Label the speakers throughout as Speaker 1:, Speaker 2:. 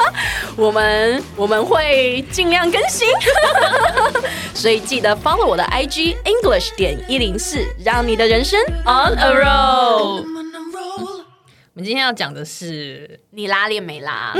Speaker 1: 我们我们会尽量更新， 所以记得 follow 我的 IG English 点一零四，让你的人生 on a roll。
Speaker 2: I'm on a roll.
Speaker 3: 我们今天要讲的是
Speaker 1: 你拉链没 拉？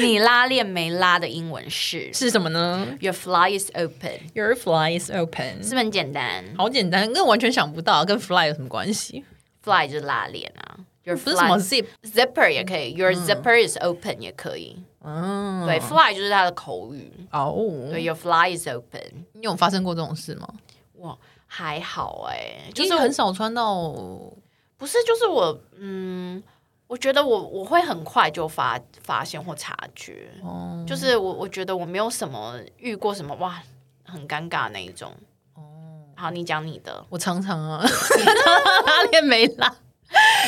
Speaker 1: 你拉链没拉的英文是
Speaker 3: 是什么呢
Speaker 1: Your fly is open，
Speaker 3: ？Your fly is open，
Speaker 1: 是不是很简单
Speaker 3: 好简单，跟完全想不到，跟 fly 有什么关系？
Speaker 1: ？Fly 就是拉链啊，Your
Speaker 3: 哦不是什么
Speaker 1: fly
Speaker 3: zip，
Speaker 1: zipper 也可以，Your zipper is open 也可以。
Speaker 3: 嗯，
Speaker 1: 对，fly 就是它的口语。
Speaker 3: 哦，
Speaker 1: 对，Your fly is open。
Speaker 3: 你有发生过这种事吗？
Speaker 1: 哇，还好哎，
Speaker 3: 就
Speaker 1: 就是是
Speaker 3: 很少穿到，
Speaker 1: 不是，就是我，嗯，我觉得我我会很快就发发现或察觉，
Speaker 3: 哦，
Speaker 1: 就是我我觉得我没有什么遇过什么哇很尴尬那一种。
Speaker 3: 哦
Speaker 1: 好，你讲你的，
Speaker 3: 我常常 啊，常常拉链没拉。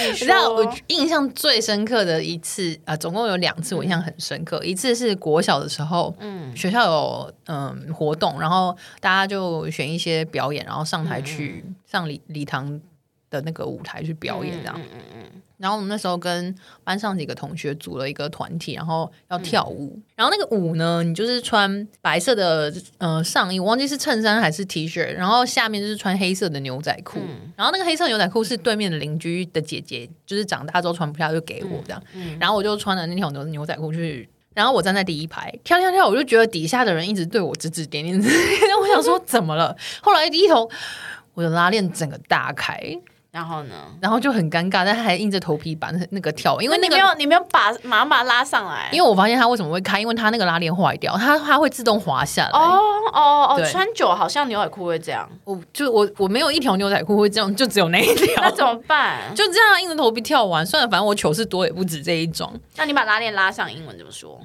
Speaker 1: 你
Speaker 3: 你知道
Speaker 1: 说
Speaker 3: 我印象最深刻的一次啊、总共有两次我印象很深刻，一次是国小的时候，嗯，学校有嗯活动，然后大家就选一些表演，然后上台去、上礼礼堂的那个舞台去表演这样。
Speaker 1: 嗯嗯嗯嗯，
Speaker 3: 然后我们那时候跟班上几个同学组了一个团体，然后要跳舞。然后那个舞呢，你就是穿白色的呃上衣，我忘记是衬衫还是 T 恤，然后下面就是穿黑色的牛仔裤。然后那个黑色牛仔裤是对面的邻居的姐姐，就是长大之后穿不下就给我这样。然后我就穿了那条牛牛仔裤去。然后我站在第一排，跳跳跳，我就觉得底下的人一直对我指指点点，指指点 点我想说怎么了？后来一头，我的拉链整个大开，
Speaker 1: 然后呢？
Speaker 3: 然后就很尴尬，但还硬着头皮把那那个跳，因为那
Speaker 1: 哦你
Speaker 3: 个
Speaker 1: 没。有你没有把马上把它拉上来，
Speaker 3: 因为我发现它为什么会开，因为它那个拉链坏掉，它它会自动滑下来。
Speaker 1: 哦哦哦，
Speaker 3: 对
Speaker 1: 穿久好像牛仔裤会这 样，
Speaker 3: 我就我我没有一条牛仔裤会这样，就只有那一 条。
Speaker 1: 那怎么办？
Speaker 3: 就这样硬着头皮跳完？算了，反正我糗事多也不止这一桩。
Speaker 1: 那你把拉链拉上，英文怎么说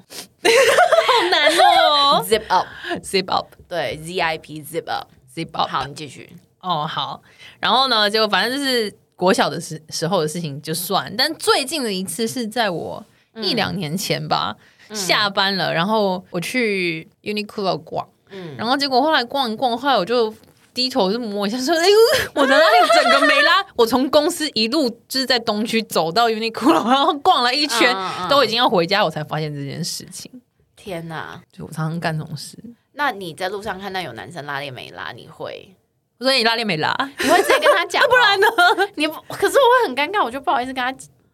Speaker 3: 好难哦。
Speaker 1: ？Zip up，
Speaker 3: zip up,
Speaker 1: 对，Z I P zip up。
Speaker 3: zip up。
Speaker 1: 好，你继续。
Speaker 3: 哦，好。然后呢，结果反正就是国小的时时候的事情就算，但最近的一次是在我
Speaker 1: 嗯
Speaker 3: 一两年前吧，下班了，然后我去 Uniqlo 逛，
Speaker 1: 嗯
Speaker 3: 然后结果后来逛一逛，后来我就。低头就摸一下，说：“哎呦， 我的拉链整个没拉。 我从公司一路就是在东区走到 Uniqlo，然后逛了一
Speaker 1: 嗯
Speaker 3: 圈，
Speaker 1: 嗯嗯
Speaker 3: 都已经要回家，我才发现这件事情。
Speaker 1: 天哪！
Speaker 3: 就我常常干这种事。
Speaker 1: 那你在路上看到有男生拉链没拉，你会
Speaker 3: 我说你拉链没拉，
Speaker 1: 你会直接跟他 讲、不然
Speaker 3: 呢？
Speaker 1: 你不可是我会很尴尬，我就不好意思跟他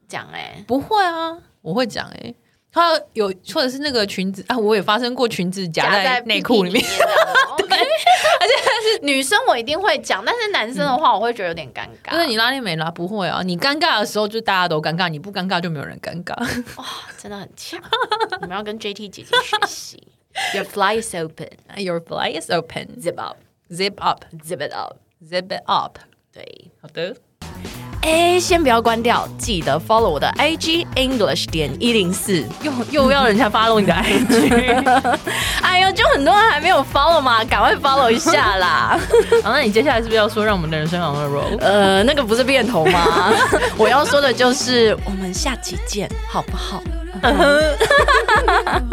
Speaker 1: 讲哎、
Speaker 3: 不会啊，我会讲哎、欸。他有或者是那个裙子啊，我也发生过裙子夹在内裤里面，
Speaker 1: 夹在屁股里 面。对，而且是女生，我一定会讲，但是男生的话，我会觉得有点尴尬。
Speaker 3: 因为你拉链没拉，不会啊。你尴尬的时候就大家都尴尬，你不尴尬就没有人尴尬。
Speaker 1: 真的很强， 你们要跟 JT 姐姐学习。Your fly is open,
Speaker 3: Your fly is open,
Speaker 1: zip up,
Speaker 3: zip up,
Speaker 1: zip it up。
Speaker 3: zip it up。
Speaker 1: 对，
Speaker 3: 好的，
Speaker 1: 哎，先不要关掉，记得 follow 我的 IG English 点一零四。
Speaker 3: 又又要人家 follow 你的 IG，
Speaker 1: 哎呦，就很多人还没有 follow 嘛，赶快 follow 一下 啦。
Speaker 3: 好，那你接下来是不是要说让我们的人生 on a roll？
Speaker 1: 呃，那个不是变头 吗？我要说的就是，我们下期见，好不好？
Speaker 2: I'm on a roll.